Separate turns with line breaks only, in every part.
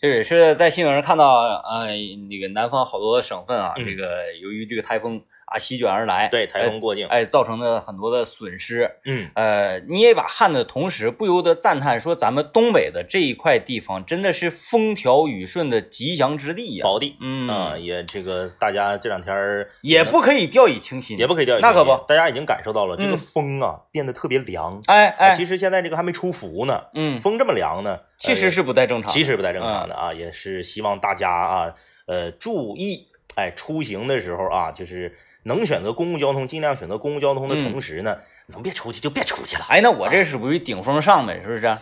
这也是在新闻上看到，呃，那个南方好多省份啊，
嗯
这个由于这个台风啊席卷而来，
对，台风过境，
哎，造成了很多的损失。
嗯，
呃，捏一把汗的同时，不由得赞叹说，咱们东北的这一块地方真的是风调雨顺的吉祥之地呀、
宝地
嗯，
啊，也这个大家这两天儿
也不可以掉以轻心，
也不可以掉以
那
轻心
可不，
大家已经感受到了这个
嗯
风啊变得特别凉。
哎哎，
其实现在这个还没出伏呢，
嗯，
风这么凉呢，
其实
呃
是不太正常的，嗯
其实不太正常的啊，也是希望大家啊，呃，注意，哎，出行的时候啊，就是能选择公共交通，尽量选择公共交通的
嗯
同时呢，能别出去就别出去了。
哎，那我这属于顶风上呗，是不 是、啊？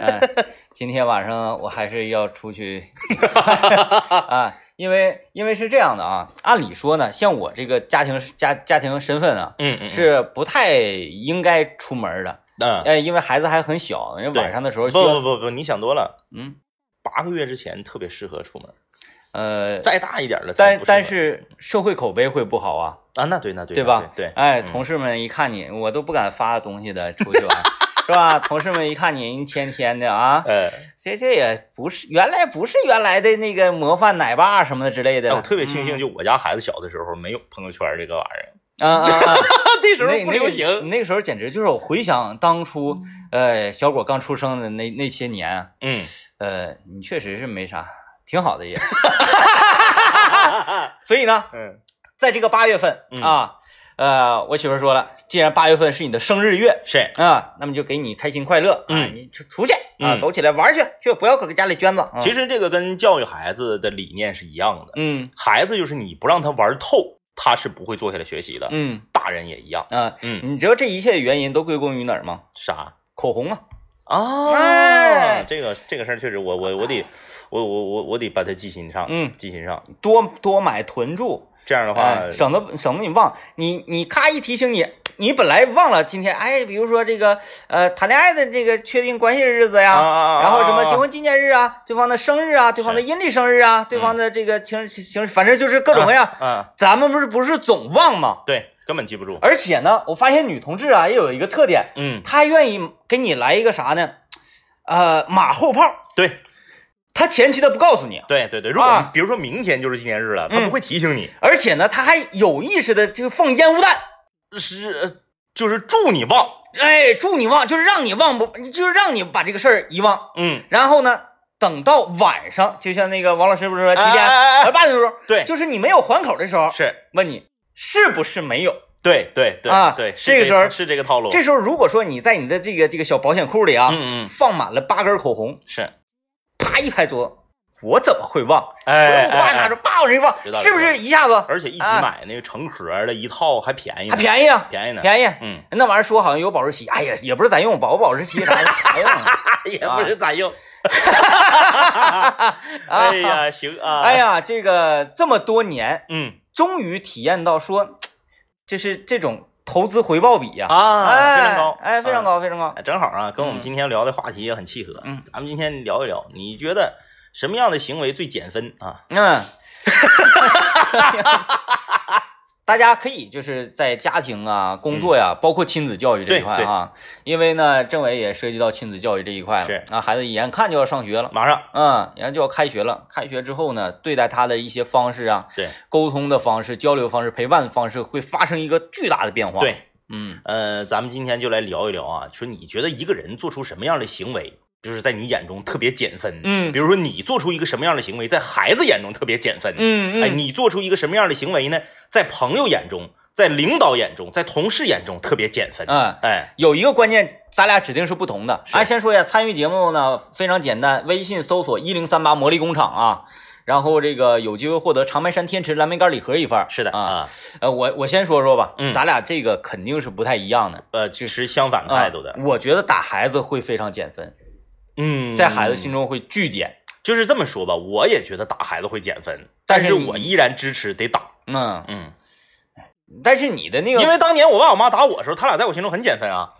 嗯今天晚上我还是要出 去啊，因为因为是这样的啊，按理说呢，像我这个家庭家家庭身份啊，
嗯嗯，
是不太应该出门的，
嗯，
哎，因为孩子还很小，因为
对
晚上的时候
不
需要，
不不不，你想多了，
嗯
八个月之前特别适合出门，
呃，
再大一点了才
但
不适合，
但是社会口碑会不好啊，
啊，那对那对
对
那
吧？
对，对
哎，
嗯
同事们一看你，我都不敢发东西的出去玩，是吧？同事们一看你，你天天的 啊，
呃，
这这也不是原来不是原来的那个模范奶爸什么的之类的了。
但我哦特别庆幸，就我家孩子小的时候没有朋友圈这个玩意儿，
嗯啊啊！啊
那
那那个那个时候简直就是我回想当初，呃，小果刚出生的那那些年，
嗯，
呃，你确实是没啥，挺好的也。所以呢，
嗯，
在这个八月份
嗯
啊，呃，我媳妇儿说了，既然八月份是你的生日月
是，
啊，那么就给你开心快乐啊，
嗯
你出出去啊，
嗯
走起来玩去，就不要搁家里圈子。啊
其，实这个跟教育孩子的理念是一样的，
嗯
孩子就是你不让他玩透，他是不会坐下来学习的。
嗯
大人也一样。
啊，
嗯，
你知道这一切的原因都归功于哪儿吗？
啥
口红啊，
啊？
哎啊
这个这个事儿确实我，我我得，我我我我得把它记心上，
嗯
记心上。
多多买囤住，
这样的话，
哎，省得省得你忘，你你咔一提醒你，你本来忘了今天，哎，比如说这个呃谈恋爱的这个确定关系的日子呀，
啊啊啊
然后什么
啊嗯
结婚纪念日啊，对方的生日啊，对方的阴历生日啊，对方的这个情情情，反正就是各种各样，
啊啊，
咱们不是不是总忘吗？
对，根本记不住。
而且呢，我发现女同志啊也有一个特点，
嗯，
她愿意给你来一个啥呢？呃，马后炮，
对
她前期她不告诉你。
对对对。如果、
啊
比如说明天就是纪念日了，他
嗯
不会提醒你，
而且呢，他还有意识的这个放烟雾弹，
是呃就是祝你忘。
哎，祝你忘，就是让你忘不，就是让你把这个事儿遗忘。
嗯，
然后呢，等到晚上，就像那个王老师不是说几
哎
点？
哎哎哎
八点钟，
对
就是你没有还口的时候，
是
问你是不是没有？
对对对
啊
对，是
这个时候
是这个套路。
这时候如果说你在你的这个这个小保险库里啊，
嗯嗯
放满了八根口红，
是，
啪一拍桌子，我怎么会忘？
哎，
我啪拿着，叭往这一放
知道，了
是不是一下子
而且一起
啊
买那个成盒的一套还便宜呢，
还便宜啊？
便宜呢，
便宜。
嗯，
那玩意儿说好像有保质期，哎呀，也不是咱用，保不保质期啥 的， 哎呀，
也
不是
咋用。
啊
哎呀，行啊，
哎，呀，这个这么多年，
嗯
终于体验到说，这是这种投资回报比呀、
啊，
哎
非常高，
哎，非常高，非常高
嗯。。哎正好啊，跟我
嗯
们今天聊的话题也很契合。
嗯，
咱们今天聊一聊，你觉得什么样的行为最减分啊？
嗯， 大家可以就是在家庭啊、工作
嗯
呀、包括亲子教育这一块啊，因为呢，政委也涉及到亲子教育这一块了。
是
啊，孩子眼看就要上学了。
马上，
嗯，然后就要开学了。开学之后呢，对待他的一些方式啊，
对
沟通的方式、交流方式、陪伴的方式会发生一个巨大的变化。，
对，
嗯
呃，咱们今天就来聊一聊啊，说你觉得一个人做出什么样的行为，就是在你眼中特别减分？
嗯
比如说你做出一个什么样的行为，在孩子眼中特别减分？
嗯嗯，
哎，你做出一个什么样的行为呢？在朋友眼中，在领导眼中，在同事眼中特别减分。
嗯
哎，
有一个关键，咱俩指定是不同的。
是
哎，先说一下参与节目呢，非常简单，微信搜索一零三八魔力工厂啊，然后这个有机会获得长白山天池蓝莓干礼盒一份儿。
是的
啊，，呃，我我先说说吧，
嗯
咱俩这个肯定是不太一样的
呃，持相反
啊
态度的。
我觉得打孩子会非常减分，
嗯，
在孩子心中会巨减。
就是这么说吧，我也觉得打孩子会减分，
但
但
是
是
你
我依然支持得打。
嗯，
嗯，
但是你的那个，
因为当年我爸我妈打我的时候，他俩在我心中很减分啊。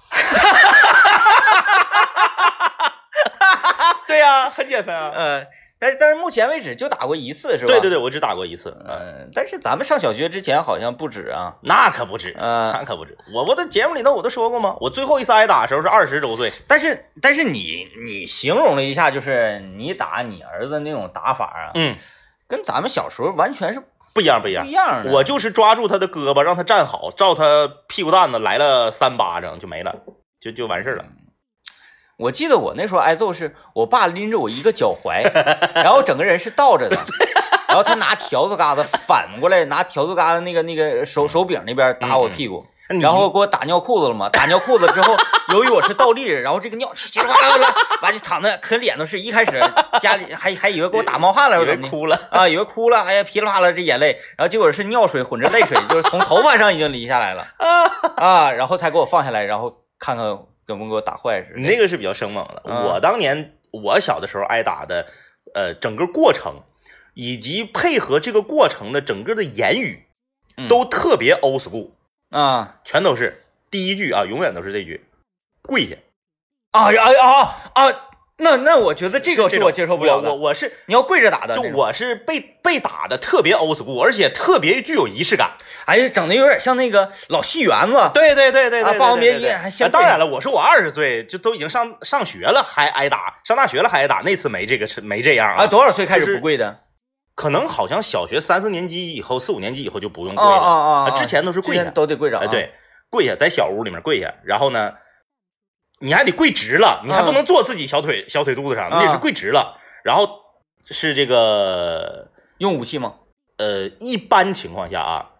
对呀、很减分啊。
呃，但是但是目前为止就打过一次是吧？
对对对，我只打过一次，
嗯、
啊
但是咱们上小学之前好像不止啊，
那可不止，
嗯、
那可不止。我不都节目里头我都说过吗？我最后一次挨打的时候是二十周岁，
但是但是你你形容了一下，就是你打你儿子那种打法啊，
嗯，
跟咱们小时候完全是
不一样不一
不一
样。
样的。
我就是抓住他的胳膊，让他站好，照他屁股蛋子来了三巴掌就没了，就就完事儿了。
嗯我记得我那时候挨揍是我爸拎着我一个脚踝，然后整个人是倒着的，然后他拿笤帚疙瘩反过来拿笤帚疙瘩那个那个手手柄那边打我屁股，
嗯嗯
然后给我打尿裤子了嘛。打尿裤子之后，由于我是倒立着，然后这个尿叽里哗啦啦，完就躺那，可脸都是一开始家里还还以为给我打冒汗了，
以
怎
为
么的。
哭了，
啊，以为哭了，哎呀，噼里啪啦这眼泪，然后结果是尿水混着泪水，就是从头发上已经淋下来 了啊，然后才给我放下来，然后看看怎么给我打坏似的。
你那个是比较生猛的。
嗯
我当年我小的时候挨打的，呃，整个过程以及配合这个过程的整个的言语
嗯，
都特别 old school，
啊，
全都是第一句啊，永远都是这句，跪下。
啊呀啊啊啊！那那我觉得这个
是
是
这
我
种
接受不了
我我
的。
我是
你要跪着打的，
就，我是被被打的特别 old school，而且特别具有仪式感。
哎呀，整的有点像那个老戏园子。
对对对对
啊
对，对
霸王别
对对
姬
对
还先
啊当
跪
然了，我说我二十岁就都已经上上学了，还挨打，上大学了还挨打，那次没这个没这样
啊，多少岁开
就
始
是
不跪的？
可能好像小学三四年级以后，四五年级以后就不用
啊
跪了，
啊啊！
之前都是跪
之
下
前，都得跪着。啊
哎，，对，跪下，在小屋里面跪下，然后呢，你还得跪直了，你还
嗯
不能坐自己小腿、小腿肚子上，
啊
你得是跪直了。然后是这个
用武器吗？
呃，一般情况下啊，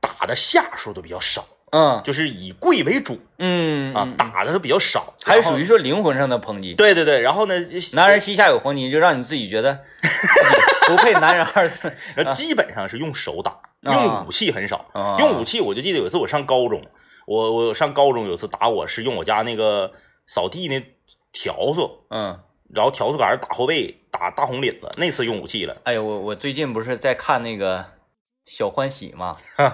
打的下数都比较少，
嗯
就是以跪为主
嗯
啊，
嗯
打的都比较少，
还是
然后
属于说灵魂上的抨击。
对对对，然后呢，
男人膝下有黄金，就让你自己觉得不配男人二字。
然后呃基本上是用手打，
啊
用武器很少。
啊
用武器，我就记得有一次我上高中，我我上高中有一次打我是用我家那个扫地那笤帚，
嗯，
然后笤帚杆儿打后背，打大红领子，那次用武 器了。
哎呦，我我最近不是在看那个《小欢喜》嘛，
哎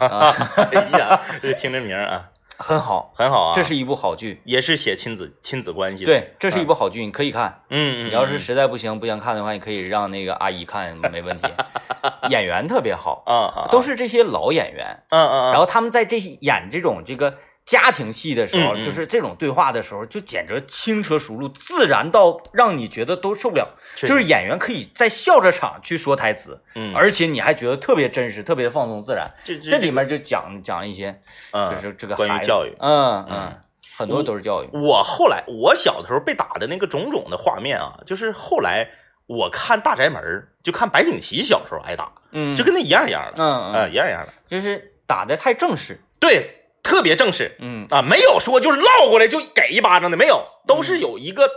呀，这听这名儿啊，
很好，
很好啊，
这是一部好剧。
也是写亲子亲子关系的。，
对，这是一部好剧，你可以看。
嗯嗯，嗯
你要是
嗯
实在不行不想看的话，你可以让那个阿姨看，没问题。 演员特别好，
啊啊，
都
是
是这些老演员，
嗯嗯，
然
后
后他们在这些演这种这个家庭戏的时候，
嗯嗯
就是这种对话的时候，就简直轻车熟路，自然到让你觉得都受不了。
确实
就是演员可以在笑着场去说台词，
嗯，
而且你还觉得特别真实，特别放松自然。
这
这里面就讲讲了一些，
嗯
就是这个
关于
孩子
教育
嗯
嗯
嗯，很多都是教育。
我后来我小的时候被打的那个种种的画面啊，就是后来我看《大宅门儿》，就看白景琦小时候挨打，
嗯，
就跟那一样一样的，
嗯
啊
嗯，
一样一样的，
就是打的太正式。
对，特别正式
嗯
啊，没有说就是唠过来就给一巴掌的，没有，都
嗯
是有一个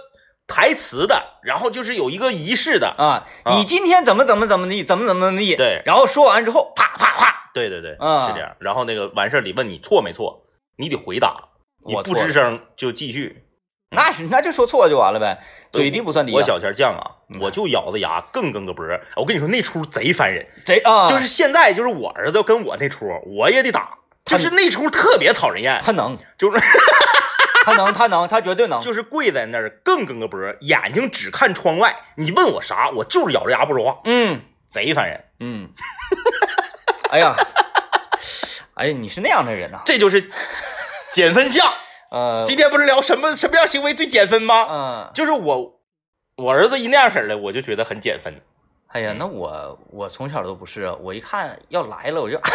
台词的，然后就是有一个仪式的，
啊，
啊
你今天怎么怎么怎么地，怎么怎么怎么地，
对
然后说完之后，啪啪啪，
对对对，
啊
是这样。然后那个完事儿，你问你错没错，你得回答，你
我
不
错
吱
了
声就继续。
那是那就说错就完了呗，嘴低不算低啊，
嗯我小前儿犟啊，
嗯
我就咬着牙更更个脖儿。我跟你说那出贼烦人，
贼啊，
就是现在，就是我儿子跟我那出，我也得打，就是那出特别讨人厌，
他能，
就是
他能，他能，他绝对能，
就是跪在那儿更更个脖，眼睛只看窗外。你问我啥，我就是咬着牙不说话，
嗯
贼烦人。
嗯，哎呀，哎呀，你是那样的人呐，
这就是减分项。
呃，
今天不是聊什么什么样行为最减分吗？
嗯，
就是我我儿子一那样式儿的，我就觉得很减分。
哎呀，那我我从小都不是啊，我一看要来了，我就， 哎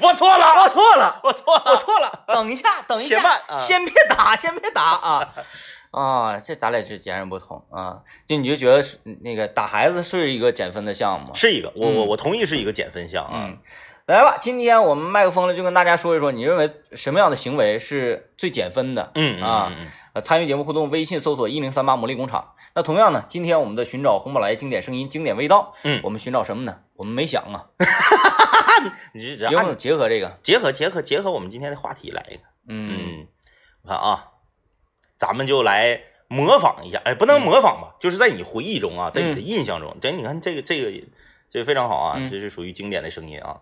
我错了，
我错了，
我错了。
我错了，等一下，等一
且慢
下，
啊
先别打，先别打啊！啊，这咱俩是截然不同啊！就你就觉得是那个打孩子是一个减分的项目，
是一个，我我我同意是一个减分项啊。
嗯，来吧，今天我们麦克风了，就跟大家说一说，你认为什么样的行为是最减分的？
嗯
啊，
嗯嗯
呃，参与节目互动，微信搜索一零三八魔力工厂。那同样呢，今天我们在寻找红宝来经典声音、经典味道，
嗯
我们寻找什么呢？我们没想啊，
你这
有没有结合这个？
结合结合结合我们今天的话题来一个。
嗯，
嗯，我看啊，咱们就来模仿一下，哎，
嗯
不能模仿吧，就是在你回忆中啊，在你的印象中，这、你看这个这个这个非常好啊，
嗯
这是属于经典的声音啊，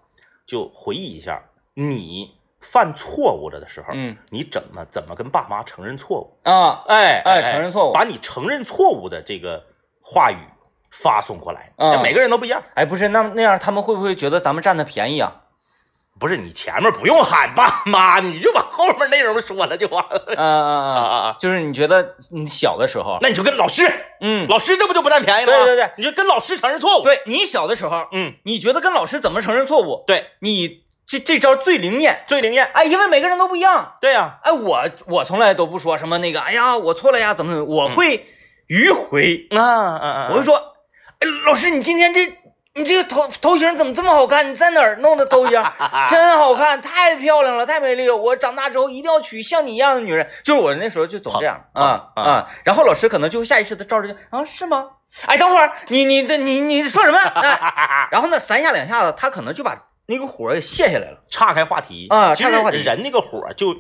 就回忆一下你犯错误了的时候，
嗯
你怎么怎么跟爸妈承认错误？
啊，
哎
哎承认错误
把你承认错误的这个话语发送过来。
啊
每个人都不一样，
哎，不是，那那样他们会不会觉得咱们占他便宜啊？
不是你前面不用喊爸妈，你就把后面内容说了就完了。
啊啊
啊
啊！
啊啊！
就是你觉得你小的时候，
那你就跟老师，
嗯，
老师这不就不占便宜了吗？
对对对，
你就跟老师承认错误。，
对你小的时候，
嗯，
你觉得跟老师怎么承认错误？
对，
你这这招最灵验。
最灵验。
哎，因为每个人都不一样。
对啊呀、
哎，我我从来都不说什么那个，哎呀，我错了呀，怎么怎么，
嗯
我会迂回，
啊，啊啊啊！
我会说，哎，老师，你今天这你这个头头型怎么这么好看？你在哪儿弄的头 型？
啊
真好看，太漂亮了，太美丽了！我长大之后一定要娶像你一样的女人。就是我那时候就总这样
好
啊
好
啊，然后老师可能就会下意识的照着镜啊，是吗？哎，等会儿你你的你你说什么？哎， 然后呢，三下两下子，他可能就把那个火给卸下来了。
岔开话题
啊
其实
岔开话题
人那个火就，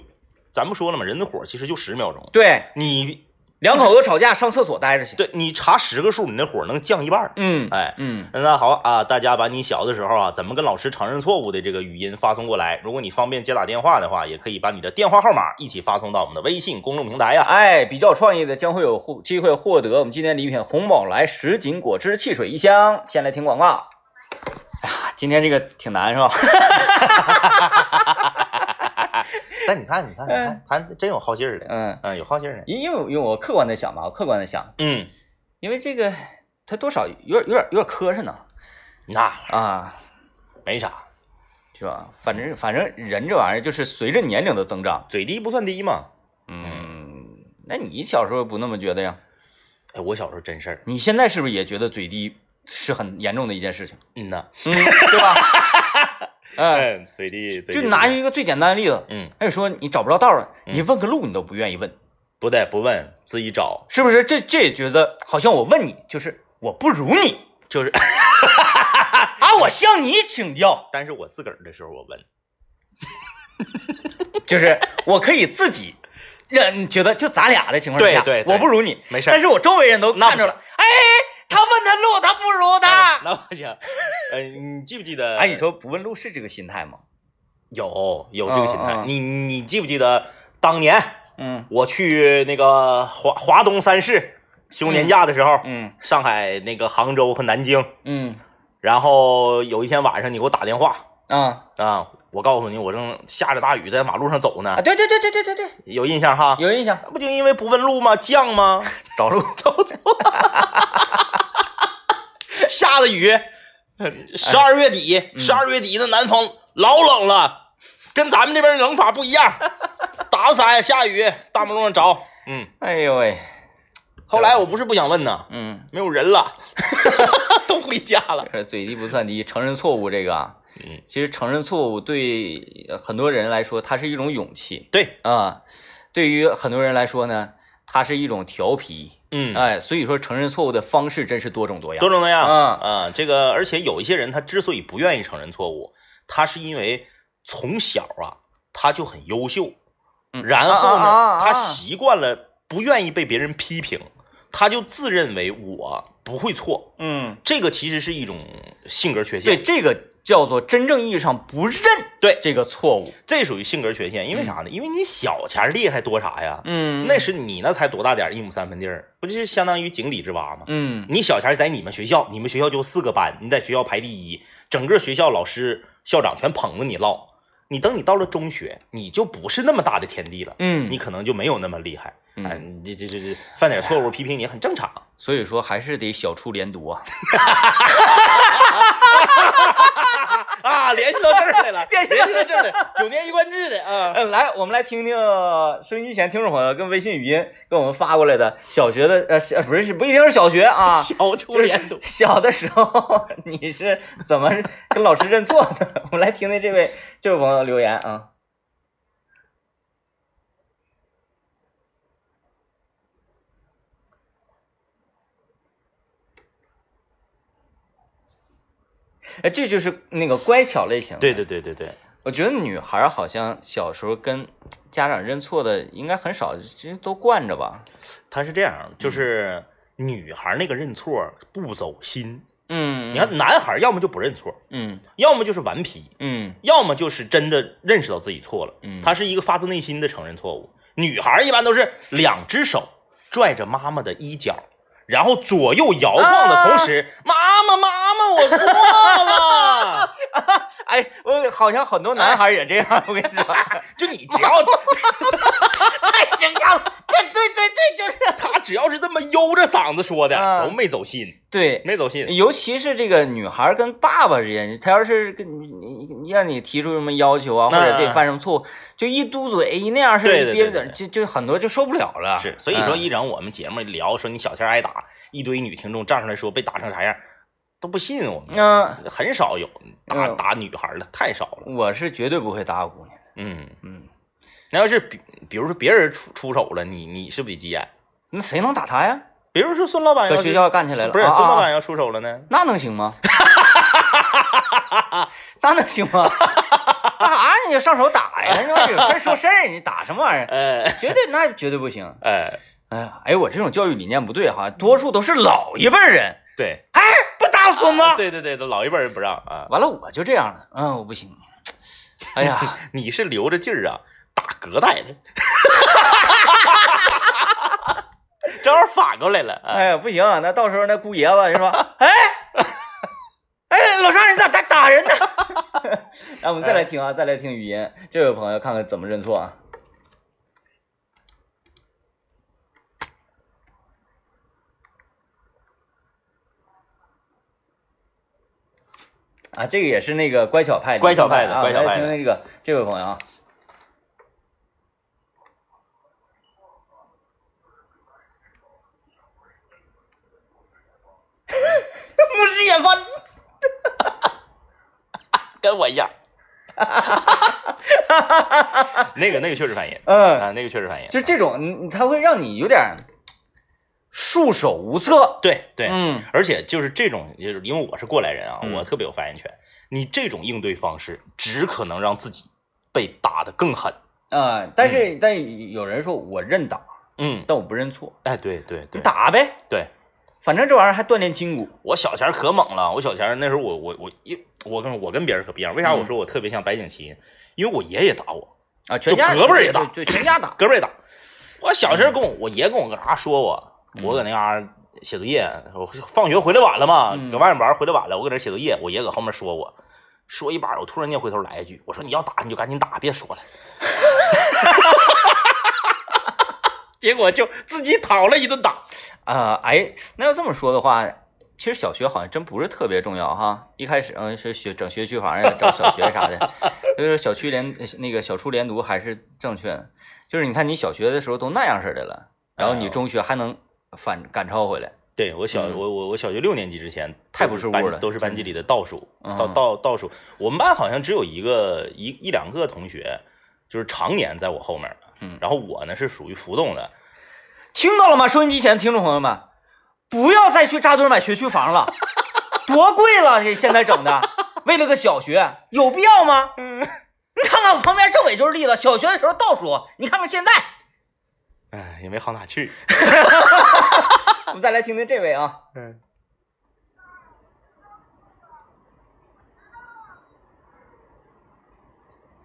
咱们说了嘛，人的火其实就十秒钟。
对，
你
两口子吵架上厕所待着去。
对你查十个数，你那火能降一半儿。
嗯，
哎，
嗯
那好啊，大家把你小的时候啊，怎么跟老师承认错误的这个语音发送过来。如果你方便接打电话的话，也可以把你的电话号码一起发送到我们的微信公众平台啊呀、
哎，比较有创意的将会有获机会获得我们今天礼品红宝来什锦果汁汽水一箱。先来听广 告。哎呀，今天这个挺难是吧？
但你看，你看，你看，他真有好劲儿的，
嗯，
嗯嗯，有好劲儿的，
因因为我因为我客观的想吧，我客观的想，
嗯，
因为这个他多少有点有点有点磕碜呢
那
啊，
没啥，
是吧？反正反正人这玩意儿就是随着年龄的增长，
嘴低不算低嘛。
嗯，那你小时候不那么觉得呀？
哎，我小时候真事儿，
你现在是不是也觉得嘴低是很严重的一件事情？
嗯呐，
嗯，对 吧？哎，
嗯，嘴低，嘴
就
低不
拿
算
一个最简单的例子，
嗯，
那你说你找不着道了，
嗯
你问个路你都不愿意问，
不带不问，自己找，
是不是？这这也觉得好像我问你就是我不如你
就是，
啊，我向你请教，
但是我自个儿的时候我问，
就是我可以自己让你觉得就咱俩的情况下，
对对对
我不如你，
没事儿
但是我周围人都
那不
看着了，哎，他问他路，他不如
那
他。
那不行，呃，你记不记得？
啊哎，你说不问路是这个心态吗？
有有这个心
嗯
态，
嗯
你你记不记得当年
嗯
我去那个华华东三市休年假的时候，
嗯
上海那个杭州和南京，
嗯
然后有一天晚上你给我打电话
啊
啊，我告诉你我正下着大雨在马路上走
啊，
呢，
对对对对对对对，
有印象哈？
有印象，
那不就因为不问路吗？犟吗？
找路。
走走，下的雨，嗯十二月底，十二月底的南方老冷了，跟咱们这边冷法不一样。打伞下雨，大马路上着。嗯，
哎呦喂，
后来我不是不想问呢，
嗯。
没有人了， 都回家了。
呃，嘴低不算低，承认错误这个啊，
嗯，
其实承认错误对呃很多人来说，它是一种勇气
对，
啊、对于很多人来说呢，它是一种调皮，
嗯，
哎，所以说承认错误的方式真是多种多样
多。种多样
啊
啊。这个，而且有一些人他之所以不愿意承认错误，他是因为从小啊他就很优秀，
嗯
然后
啊啊啊
呢，
啊
他习惯了不愿意被别人批评，他就自认为我不会错。
嗯，
这个其实是一种性格缺
对，
陷，
这个叫做真正意义上不认
对
这个错误。
这属于性格缺陷。因为啥呢？因为你小前儿厉害多啥呀？
嗯
那是你那才多大点儿一亩三分地儿，不就是相当于井底之蛙吗？
嗯
你小前儿在你们学校，你们学校就四个班，你在学校排第一，整个学校老师、校长全捧着你唠。你等你到了中学，你就不是那么大的天地了，
嗯，
你可能就没有那么厉害。
嗯
哎，你这这这这犯点错误，批评你很正常。
所以说还是得小处连读 啊。
啊，联系到这儿来了，
联系
联系到这儿来了，九年一贯制的啊。
嗯，来，我们来听听收音机前听众朋友跟微信语音跟我们发过来的小学的呃，是不是是不一定是小学啊，
小处
就是
连读，
小的时候你是怎么跟老师认错的？我们来听听这位这位朋友留言啊。哎，这就是那个乖巧类型。
对对，对对对，
我觉得女孩儿好像小时候跟家长认错的应该很少，其实都惯着吧。
他是这样，就是女孩那个认错不走心。
嗯，
你，看，男孩要么就不认错，
嗯
要么就是顽皮，
嗯
要么就是真的认识到自己错了，
嗯
他是一个发自内心的承认错误。女孩一般都是两只手拽着妈妈的衣角，然后左右摇晃的同
啊
时，妈妈妈妈，我错了。
哎，我好像很多男孩也这样，我跟你说，
就你只要
太形象 了，对对对对，就是
他只要是这么悠着嗓子说的，
啊哎
都没走心，
对。
没走心。
尤其是这个女孩跟爸爸之间，他要是跟你你让你提出什么要求啊，或者自己犯什么错误，就一嘟嘴一那样式
对
儿，
对
憋
对对
着就就很多就受不了了。
是，所以说
嗯
一整我们节目聊说你小天挨打，一堆女听众站出来说被打成啥样，都不信我们，
嗯，
很少有打
嗯
打女孩的，太少了。
我是绝对不会打姑娘的。
嗯，
嗯，
那要是比比如说别人出出手了，你你是不是得急眼？
那谁能打他呀？
比如说孙老板要
搁
是
学校干起来了，
不是
啊
孙老板
啊
要出手了呢？
那能行 吗？那能行吗？ 干啥呀？你就上手打呀？那玩意儿有事儿说事儿，你打什么玩意儿？
呃
绝对那绝对不行。
呃，
哎呀，哎，我这种教育理念不对哈，多数都是老一辈儿人，
对，
哎，不打孙子。
啊对对对，都老一辈人不让啊。
完了，我就这样了，嗯，我不 行。哎呀，
你是留着劲儿啊，打隔代的，正好反过来了。啊
哎呀，不行，那到时候那姑爷子就说， 哎，哎，老丈人咋打打人呢？ 来，我们再
哎
来听啊，再来听语音，这位朋友看看怎么认错啊。啊，这个也是那个乖巧派的，
乖巧派的
啊
乖巧
来
派的
听那个这位朋友 啊， 牧师也翻，
跟我一样。 那个那个确实烦人
嗯，
啊，那个确实烦人。
就这种，你你他会让你有点儿束手无策。
对对，
嗯
而且就是这种，就是因为我是过来人啊，
嗯
我特别有发言权。你这种应对方式，只可能让自己被打得更狠。
啊、但是、但有人说我认打，
嗯，
但我不认错，
哎，对对
你
对
打呗，
对，
反正这玩意儿还锻炼筋骨。
我小前儿可猛了，我小前儿那时候我我我一我跟我跟别人可不一样，为
嗯
啥我说我特别像白景琦？因为我爷爷打我，
啊，全家
就胳膊儿也打
对，对全 家打。
胳膊也打。我小时候跟我我爷跟我搁那嘎说我，我搁那嘎写作业，我放学回来晚了嘛，
嗯
搁外面玩回来晚了，我搁那写作业，我爷搁后面说我，说一把，我突然间回头来一句，我说你要打你就赶紧打，别说了。 结果就自己讨了一顿打，
啊、哎，那要这么说的话，其实小学好像真不是特别重要哈。一开始，嗯，是学整学区房呀，整小学啥的， 就是小区连那个小初连读还是正确的。就是你看你小学的时候都那样式儿的了，然后你
哎
中学还能反赶超回来。
对我小、
嗯
我我我小学六年级之前
太
都
不是
班
物了
都是班
真
级里的倒数，
嗯
倒倒倒数。我们班好像只有一个一一两个同学，就是常年在我后面的，
嗯
然后我呢是属于浮动的，
听到了吗，收音机前的听众朋友们，不要再去扎堆买学区房了，多贵了！这现在整的，为了个小学，有必要吗？你看看我旁边政委就是例子，小学的时候倒数，你看看现在。
哎，也没好哪去。
我们再来听听这位啊，
嗯，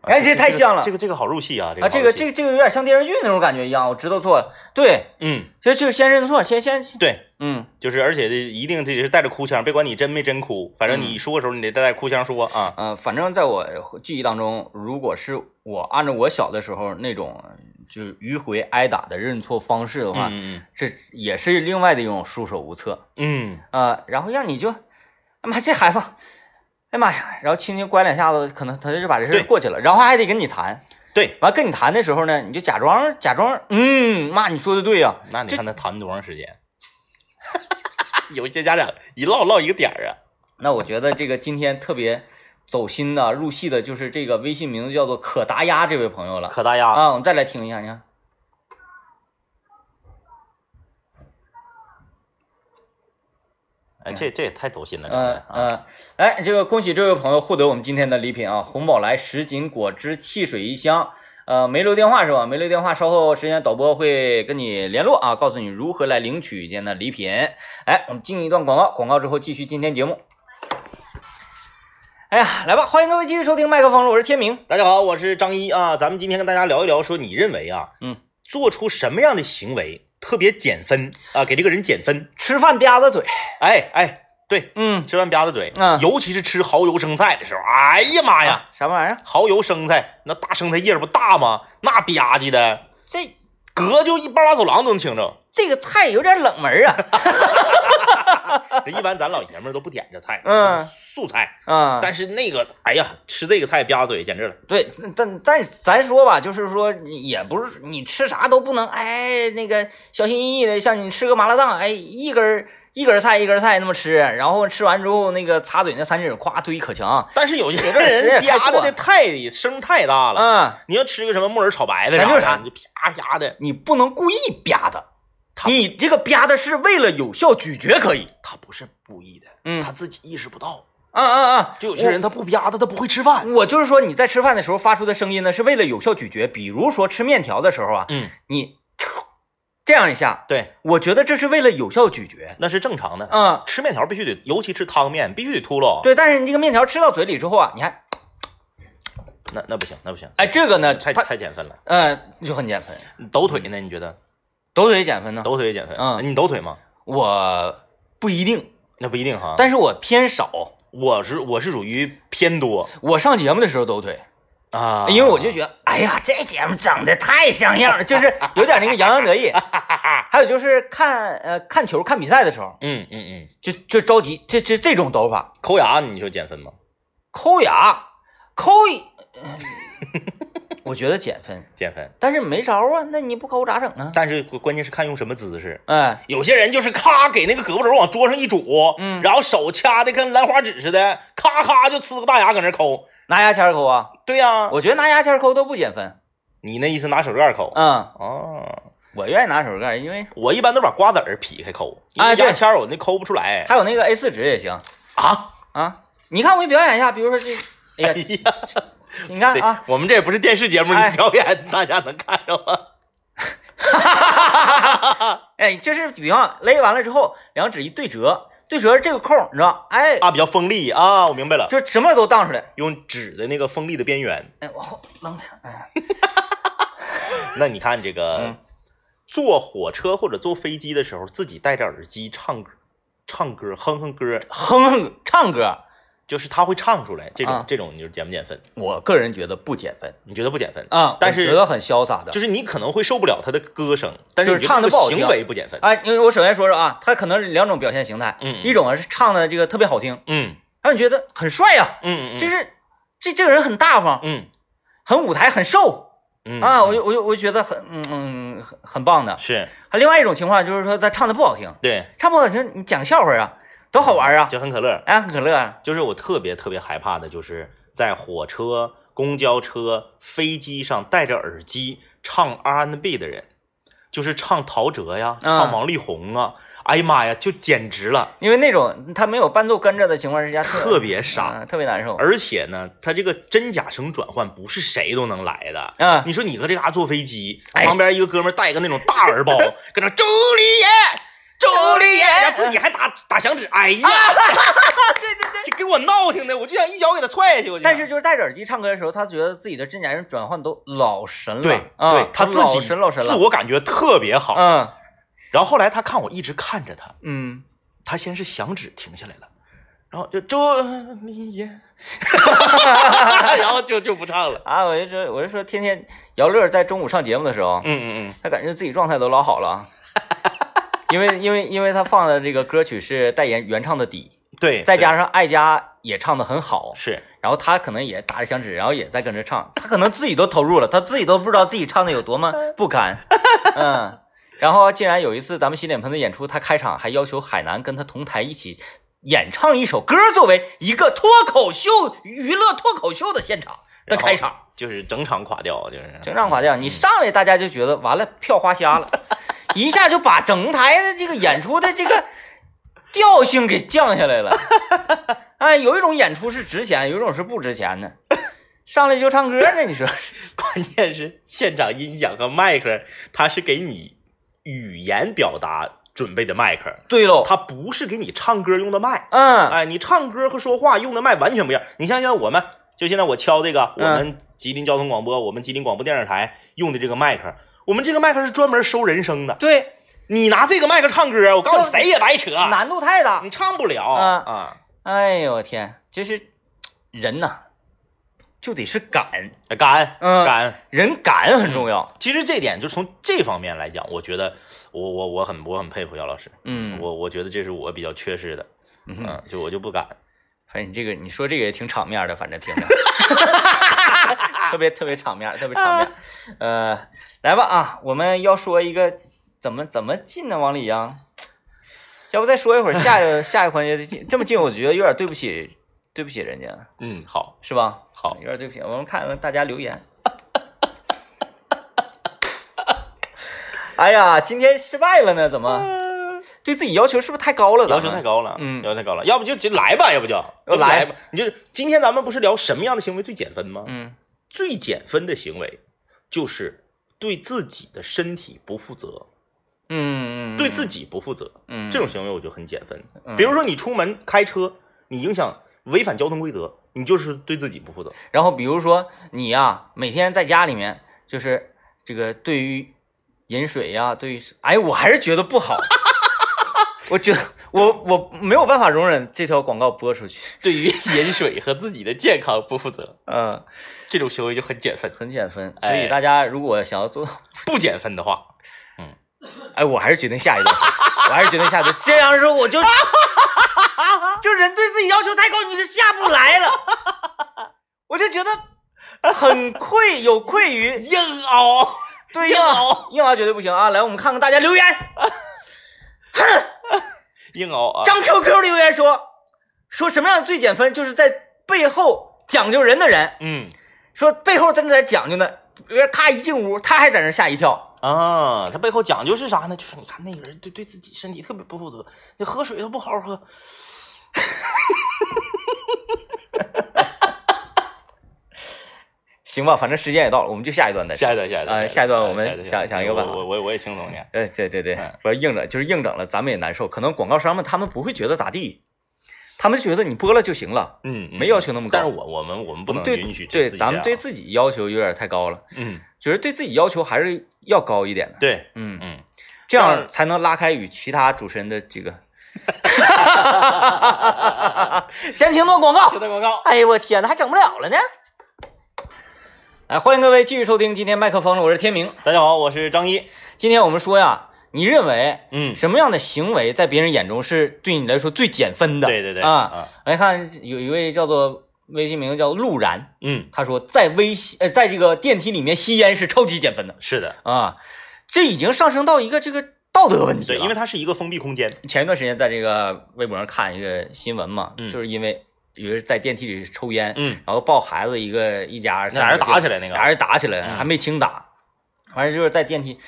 哎这太像了
啊这个这个好入戏啊，这个
啊，
好
这
入
个
戏
这个这个有点像电视剧那种感觉一样，我知道错了，对，
嗯，
就就先认错，先先，
对，
嗯，
就是而且这一定这是带着哭腔，别管你真没真哭，反正
嗯
你说的时候你得带着哭腔说啊。
呃，反正在我记忆当中，如果是我按照我小的时候那种就是迂回挨打的认错方式的话，
嗯
这也是另外的一种束手无策。
嗯
啊，然后让你就，哎妈，这孩子，哎妈呀，然后轻轻乖两下子，可能他就把这事
对
儿过去了，然后还得跟你谈，
嗯，对，
完跟你谈的时候呢，你就假装假装，嗯，妈，你说的对呀、
那你
这
看他谈多长时间？ 有些家长一唠唠一个点儿啊。
那我觉得这个今天特别走心的、入戏的，就是这个微信名字叫做可达鸭这位朋友了
可大鸭，
啊，我们再来听一下，你看，
哎，这这也太走心了，
嗯
这个啊，
嗯，哎，这个恭喜这位朋友获得我们今天的礼品啊，红宝来什锦果汁汽水一箱。呃，没留电话是吧？没留电话，稍后时间导播会跟你联络啊，告诉你如何来领取今天的礼品。哎，我们进一段广告，广告之后继续今天节目。哎呀，来吧，欢迎各位继续收听麦克风了，我是天明。
大家好，我是张一啊，咱们今天跟大家聊一聊，说你认为啊，
嗯，
做出什么样的行为特别减分啊，给这个人减分。
吃饭吧嗒嘴，
哎哎，对，
嗯，
吃完吧嗒嘴，
嗯
尤其是吃蚝油生菜的时候，哎呀妈
哎
呀，，
啥玩意儿？
蚝油生菜那大生菜叶儿不大吗？那吧唧的，
这
隔就一半拉走廊都能听着。
这个菜有点冷门啊，
这一般咱老爷们儿都不点这菜，
嗯
就是素菜。
啊，
但是那个，哎呀，吃这个菜吧嗒嘴简直了。
对，但但咱说吧，就是说也不是你吃啥都不能，哎，那个小心翼翼的，像你吃个麻辣烫，哎，一根儿一根儿菜一根儿菜那么吃，然后吃完之后那个擦嘴那三指夸堆可强，
但是 有些
有点
人吧
太过
嗒的太声太大了，
嗯，
你要吃个什么木耳炒白的啥
咱就
的，
啥
你就啪啪的，
你不能故意吧嗒，
他
你这个吧嗒是为了有效咀嚼可以，
他不是故意的，
嗯
他自己意识不到。
啊啊啊，
就有些人他不吧嗒，他不会吃饭。
我。我就是说，你在吃饭的时候发出的声音呢，是为了有效咀嚼。比如说吃面条的时候啊，
嗯，
你这样一下，
对，
我觉得这是为了有效咀嚼。
那是正常的。
嗯，
吃面条必须得，尤其吃汤面必须得秃噜。，
对，但是你这个面条吃到嘴里之后啊，你还
那那不行，那不行，
哎，这个呢，
太
它
太减分了。
呃就很减分，
抖腿呢？你觉得
抖腿减分呢？
抖腿也减分？
嗯
你抖腿吗？
我不一定，
那不一定哈。
但是我偏少。
我是我是属于偏多
我上节目的时候抖腿，
啊，
哎因为我就觉得，哎呀，这节目整的太像样了，就是有点那个洋洋 得意。还有就是看呃看球看比赛的时候，
嗯嗯嗯，
就就着急，这这这种抖法，
抠牙你说减分吗？
抠牙抠一， 我觉得减分，
减分，
但是没招啊，那你不抠咋整啊？
但是关键是看用什么姿势。
哎，
有些人就是咔给那个胳膊肘往桌上一拄，
嗯
然后手掐的跟兰花指似的，咔咔就呲个大牙搁那抠。
拿牙签儿抠啊，
对呀、
我觉得拿牙签儿抠都不减分。
你那意思拿手绢抠？
嗯，
哦，
我愿意拿手盖，因为
我一般都把瓜子儿劈开抠，因
哎
为
对
牙签儿我那抠不出来。
还有那个 A 四纸也行
啊，
啊。你看，我给你表演一下，比如说这，哎
哎
呀，
呀，
你看
对
啊，，
我们这也不是电视节目，
哎
你表演大家能看着吗？
哎，就是比方勒完了之后，两指一对折，对折这个空，你知道，哎，
啊，比较锋利啊，我明白了，
就什么都荡出来。
用纸的那个锋利的边缘。
哎，往后扔它，哎，
那你看这个、
嗯
坐火车或者坐飞机的时候，自己戴着耳机唱歌，唱歌哼哼歌，
哼哼唱歌，
就是他会唱出来，这种、
啊
这种你就减不减分？
我个人觉得不减分
你觉得不减分？
啊，
但
我
是
觉得很潇洒的
就。是你可能会受不了他的歌声，但
就是
你觉
唱
得
得
这
不好
个
听
行为不减分。
哎，因为我首先说说啊，它可能是两种表现形态，
嗯嗯
一种啊是唱的这个特别好听，
嗯
让你觉得很帅呀、
嗯嗯，
就是这这个人很大方，
嗯
很舞台，很瘦，
嗯
啊，我
嗯
就我就我就觉得很嗯嗯很很棒的。
是
还另外一种情况就是说他唱的不好听，
对，
唱不好听你讲笑话啊，多好玩啊！
就很可乐。
哎，很可乐啊，
就是我特别特别害怕的，就是在火车、公交车、飞机上戴着耳机唱 R&B 的人，就是唱陶喆呀，唱王力宏啊，哎呀妈呀，就简直了，
因为那种他没有伴奏跟着的情况之下，
特别傻。
啊特别难受。
而且呢，他这个真假声转换不是谁都能来的。
啊，
你说你搁这嘎坐飞机，
哎
旁边一个哥们儿戴个那种大耳包，搁那朱丽叶，朱丽叶，然后自己还打打响指，哎呀，
对对对。
这给我闹挺的，我就想一脚给他踹下去。我就想
但是就是戴着耳机唱歌的时候，他觉得自己的真假人转换都老神了，
对
啊
对，，他自己
老神老神
自
了。
我感觉特别好。
嗯
然后后来他看我一直看着他，
嗯，
他先是响指停下来了，然后就朱丽叶， 然后就就不唱了。
啊，我就说我就说，天天姚乐在中午上节目的时候，
嗯嗯嗯，
他感觉自己状态都老好了啊，因为因为因为他放的这个歌曲是代言原唱的底，
对，
再
对
加上艾佳也唱的很好，
是
然后他可能也打着响指，然后也在跟着唱，他可能自己都投入了，他自己都不知道自己唱的有多么不堪，嗯。然后竟然有一次咱们洗脸盆的演出，他开场还要求海南跟他同台一起演唱一首歌，作为一个脱口秀娱乐脱口秀的现场的
然后
开场，
就是整场垮掉，就是
整场垮掉。你上来大家就觉得完了，票花瞎了，一下就把整台的这个演出的这个调性给降下来了。哎，有一种演出是值钱，有一种是不值钱的。上来就唱歌呢，你说
关键是现场音响和麦克，它是给你语言表达准备的麦克，
对喽？
它不是给你唱歌用的麦。
嗯
哎，你唱歌和说话用的麦完全不一样。你像像我们，就现在我敲这个，我
嗯
们吉林交通广播，我们吉林广播电视台用的这个麦克，我们这个麦克是专门收人声的，
对，
你拿这个麦克唱歌，我告诉你，谁也白扯，
难度太大
你。唱不了
啊
啊！
哎呦我天，就是人呐，就得是敢，
哎感恩
嗯
感恩。
人敢很重要。
其实这点就从这方面来讲，我觉得我我我很我很佩服姚老师，
嗯，
我我觉得这是我比较缺失的，
嗯哼
嗯，就我就不敢。
反正你这个你说这个也挺场面的，反正听 着，特别特别场面，特别场面。呃，来吧啊，我们要说一个怎么怎么进呢？往里央，要不再说一会儿下一个下一个环节的进，这么进我觉得有点对不起对不起人家，
嗯，好，
是吧？
好
有点对不起。我们看看大家留 言。哎呀，今天失败了呢？怎么对自己要求是不是太高了？
要求太
高。
高了，
嗯
要求太高了，要不就就来吧，要不就要不
来
来吧。你就今天咱们不是聊什么样的行为最减分吗？
嗯
最减分的行为就是对自己的身体不负责，
嗯嗯，
对自己不负责，
嗯
这种行为我就很减分。
嗯
比如说你出门开车，你影响违反交通规则，你就是对自己不负责。
然后比如说你呀、每天在家里面就是这个对于饮水呀、对于哎，我还是觉得不 好，我觉得我我没有办法容忍这条广告播出去，
对于饮水和自己的健康不负责，
嗯、
这种行为就很减分。
很减分。所
哎
以大家如果想要做到，
不减分的话，
哎，我还是决定 下一个，我还是决定下一个，这样说我就就人对自己要求太高，你就下不来 了，我就觉得很愧有愧于
硬凹。
对
硬
硬
凹
凹硬凹绝对不行啊！来，我们看看大家留言，
硬凹啊！
张 QQ 留言说说什么样最减分，就是在背后讲究人的人，
嗯
说背后真的在讲究呢。别人咔一进屋，他还在那吓一跳，
啊，他背后讲究是啥呢？就是你看那个人对对自己身体特别不负责，那喝水都不好好喝。
行吧，反正时间也到了，我们就下一段再说。
下一段，下一段，
哎
下
下
一
一
段
段
哎
我们
下一段
想想一个办法
我我我也轻松点。
哎，对对对
嗯，
不是硬整，就是硬整了，咱们也难受。可能广告商们他们不会觉得咋地，他们觉得你播了就行了，
嗯，嗯
没要求那么高
但是我我们我们不能
对
允许
对，
自己
咱们
这
对
样
自己啊要求有点太高了，
嗯
就是对自己要求还是要高一点的。
对
嗯，
嗯，
这
样
样才能拉开与其他主持人的这 个。先停段广告。
段广告，
哎呦我天哪，还整不了了呢！哎，欢迎各位继续收听今天麦克风了，我是天明。
大家好，我是张一。
今天我们说呀，你认为
嗯，
什么样的行为在别人眼中是对你来说最减分的？
对对对
啊！，来看有一位叫做微信名字叫陆然，
嗯，
他说在微吸呃在这个电梯里面吸烟是超级减分的
是的，
啊，这已经上升到一个这个道德问题
对，
了。
因为它是一个封闭空间。
前一段时间在这个微博上看一个新闻嘛，
嗯
就是因为有人在电梯里抽烟，
嗯
然后抱孩子一个一家
俩人打起来那个
俩人打起来、
嗯
还没轻打，反正就是在电梯，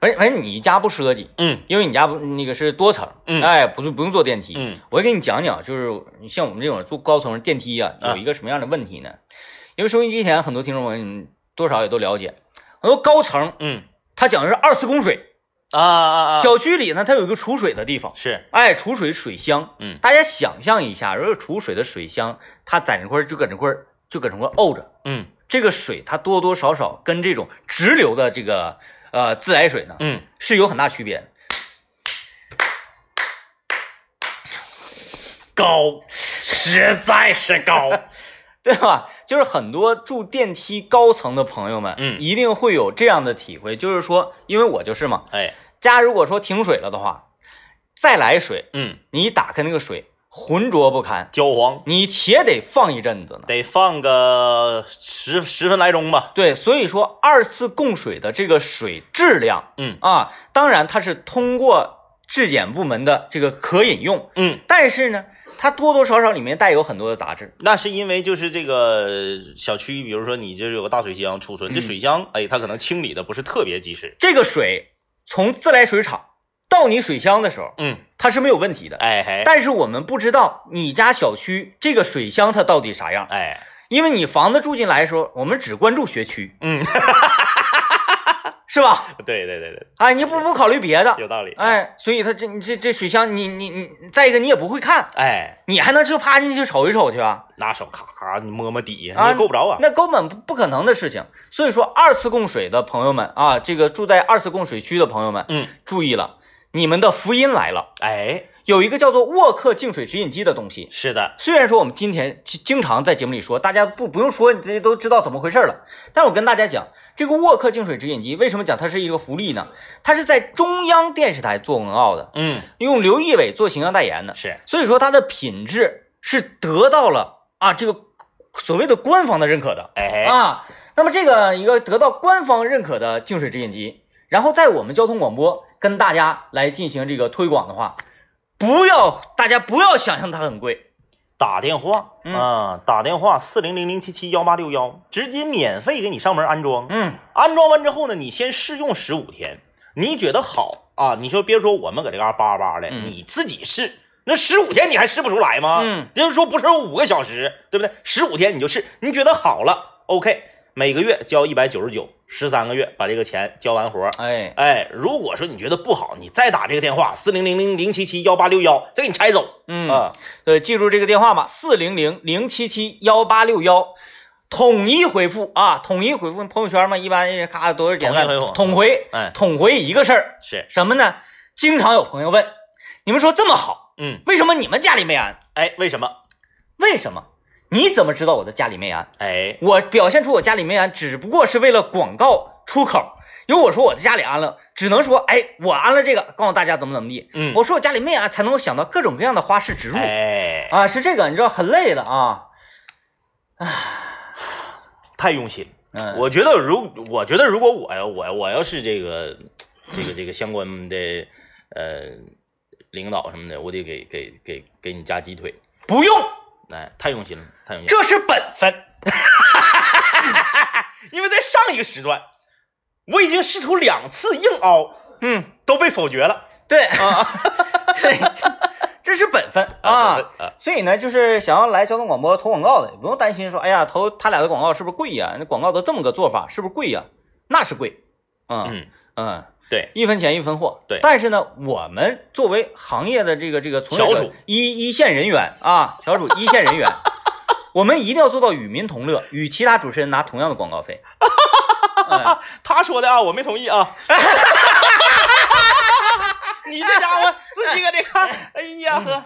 反正反正你家不奢侈，
嗯
因为你家不那个是多层，
嗯
哎，不是不用坐电梯。
嗯
我给你讲讲，就是你像我们这种住高层电梯啊，
啊
有一个什么样的问题呢？因为收音机前很多听众朋友们多少也都了解，很多高层
嗯
它讲的是二次供水，
啊啊啊，
小区里呢它有一个储水的地方，
是，
哎，储水水箱，
嗯
大家想象一下，如果储水的水箱，它在那块儿就搁那块儿就搁那块儿沤着，
嗯
这个水它多多少少跟这种直流的这个呃自来水呢
嗯，
是有很大区别的。
高，实在是 高。
对吧？就是很多住电梯高层的朋友们，
嗯
一定会有这样的体会，就是说，因为我就是嘛，
哎，
家如果说停水了的话，再来水，
嗯，
你一打开那个水浑浊不堪，
焦黄
你且得放一阵子呢。
得放个十十分来钟吧。
对，所以说二次供水的这个水质量
嗯
啊，当然它是通过质检部门的这个可饮用，
嗯，
但是呢，它多多少少里面带有很多的杂质。
那是因为就是这个小区，比如说你这有个大水箱储存，这
嗯
水箱哎，它可能清理的不是特别及时。
这个水从自来水厂到你水箱的时候，
嗯，
它是没有问题的。
哎嘿，
但是我们不知道你家小区这个水箱它到底啥样，
哎，
因为你房子住进来的时候，我们只关注学区，
嗯，
是吧？
对对对对，
哎，你不不考虑别的，
有道理。，
哎，所以它这这这水箱，你你你，再一个你也不会看，
哎，
你还能就趴进去瞅一瞅去啊？
拿手咔咔你摸摸底下，
啊
你也够不着啊。
那根本不不可能的事情。所以说，二次供水的朋友们啊，这个住在二次供水区的朋友们，
嗯，
注意了，你们的福音来了，
哎，
有一个叫做沃克净水直饮机的东西。
是的，
虽然说我们今天经经常在节目里说，大家不不用说，你这都知道怎么回事了。但是我跟大家讲，这个沃克净水直饮机为什么讲它是一个福利呢？它是在中央电视台做文奥的，
嗯，
用刘仪伟做形象代言的，
是
所以说它的品质是得到了啊这个所谓的官方的认可的。
哎，
啊，那么这个一个得到官方认可的净水直饮机，然后在我们交通广播跟大家来进行这个推广的话，不要大家不要想象它很贵，
打电话
嗯
啊，打电话四零零零七七幺八六幺，直接免费给你上门安装。
嗯
安装完之后呢，你先试用十五天，你觉得好啊？你说别说我们搁这嘎巴巴的，
嗯
你自己试，那十五天你还试不出来吗？
嗯，
人家说不是五个小时，对不对？十五天你就试，你觉得好了，OK，每个月交一百九十九，十三个月把这个钱交完活。
哎，
哎，如果说你觉得不好，你再打这个电话四零零零零七七幺八六幺，再给你拆走。
嗯，
啊，
呃，记住这个电话吧，四零零零七七幺八六幺。统一回复啊，统一回复朋友圈嘛，一般咔多少点赞
统一回复，
统回，
哎
统回一个事儿，
是，
什么呢？经常有朋友问，你们说这么好，
嗯，
为什么你们家里没安？
哎，为什么？
为什么？你怎么知道我的家里没安？
哎，
我表现出我家里没安，只不过是为了广告出口。因为我说我在家里安了，只能说，哎，我安了这个，告诉大家怎么怎么地。
嗯，
我说我家里没安，才能够想到各种各样的花式植入、
哎，
啊，是这个，你知道很累的啊。
太用心。
嗯，
我觉得如我觉得如果我要我我要是这个这个这个相关的呃领导什么的，我得给给给给你加鸡腿，
不用，
哎，太用心了，太用心了。
这是本分。
因为在上一个时段，我已经试图两次硬凹
嗯，
都被否决了
对啊， 对，这是本分啊。
啊啊
所以呢，就是想要来交通广播投广告的，也不用担心说，哎呀，投他俩的广告是不是贵呀、那广告都这么个做法，是不是贵呀、那是贵，嗯
嗯，
嗯，
对，
一分钱一分货。
对
但是呢，我们作为行业的这个这个从业
翘
者
楚
一一线人员啊，翘楚 一线人员，我们一定要做到与民同乐，与其他主持人拿同样的广告费。 哎
他说的啊，我没同意 啊。你这家伙自己搁这看，哎呀呵，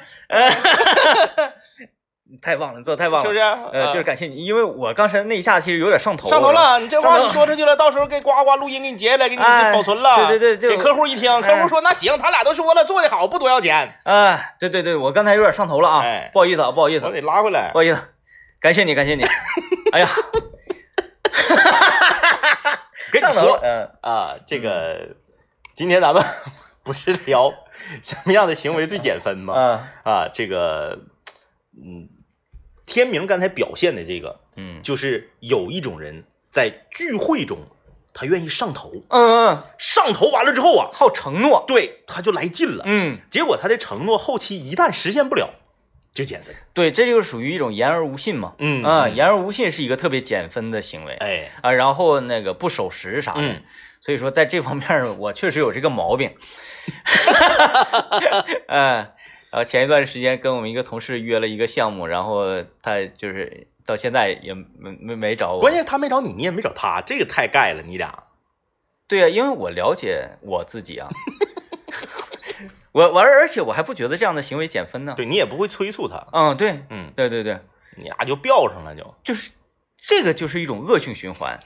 太忘了，做得太忘
是
了，
嗯不是？
呃，就是感谢你，因为我刚才那一下其实有点上头，
上头了，你这
上
话
头
你说出去了，到时候给呱呱录音给你截下来，给你
哎
保存了，
对对对就
给客户一听，客户说那行，他俩都说了，做的好，不多要钱，
哎，对对对，我刚才有点上头了啊，
哎
不好意思啊，不好意思
我，得拉回来
不。好意思，感谢你，感谢你。哎呀，
跟你
上头了
说
嗯
啊，这个今天咱们不是聊什么样的行为最减分吗？
嗯
啊，这个，嗯，天明刚才表现的这个，
嗯
就是有一种人在聚会中，他愿意上头，
嗯嗯，
上头完了之后啊，
好承诺，
对，他就来劲了。
嗯，
结果他的承诺后期一旦实现不了，就减分。
对，这就是属于一种言而无信嘛，
嗯
啊，言而无信是一个特别减分的行为
哎，
啊，然后那个不守时啥的
嗯，
所以说在这方面儿我确实有这个毛 病，嗯。然后前一段时间跟我们一个同事约了一个项目，然后他就是到现在也没没没找我。
关键是他没找你，你也没找他，这个太盖了，你俩。
对啊呀、因为我了解我自己啊， 我我而而且我还不觉得这样的行为减分呢。，
对你也不会催促他，
嗯，对，
嗯，
对对对，
你俩就飙上了就。
就是这个就是一种恶性循环。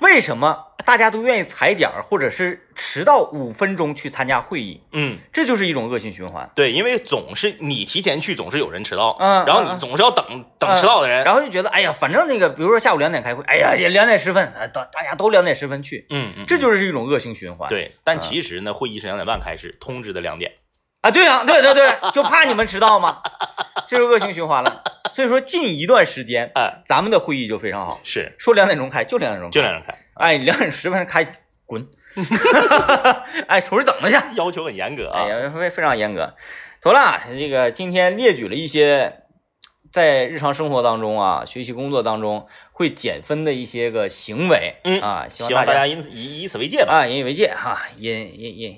为什么大家都愿意踩点儿，或者是迟到五分钟去参加会议？
嗯，
这就是一种恶性循环。
对，因为总是你提前去，总是有人迟到，
嗯嗯
然后
嗯
你总是要等、等迟到的人。
然后就觉得，哎呀，反正那个，比如说下午两点开会，哎呀，也两点十分，哎大大家都两点十分去，
嗯嗯，
这嗯
是
就是一种恶性循环。
对。但其实呢，会议是两点半开始，通知的两点。
啊，对呀、对对对，就怕你们迟到嘛，这是恶性循环了。所以说，近一段时间，
哎，
咱们的会议就非常好，
是，
说两点钟开就两点钟开，
就两点开，
哎，两点十分开， 滚！ 哎，出去等着去。
要求很严格啊。
哎呀，非非常严格。妥了，这个今天列举了一些在日常生活当中啊、学习工作当中会减分的一些个行为，
嗯
啊，希
希
望大
望大
家
家因此以以此为戒吧。
啊引以为戒哈、引引引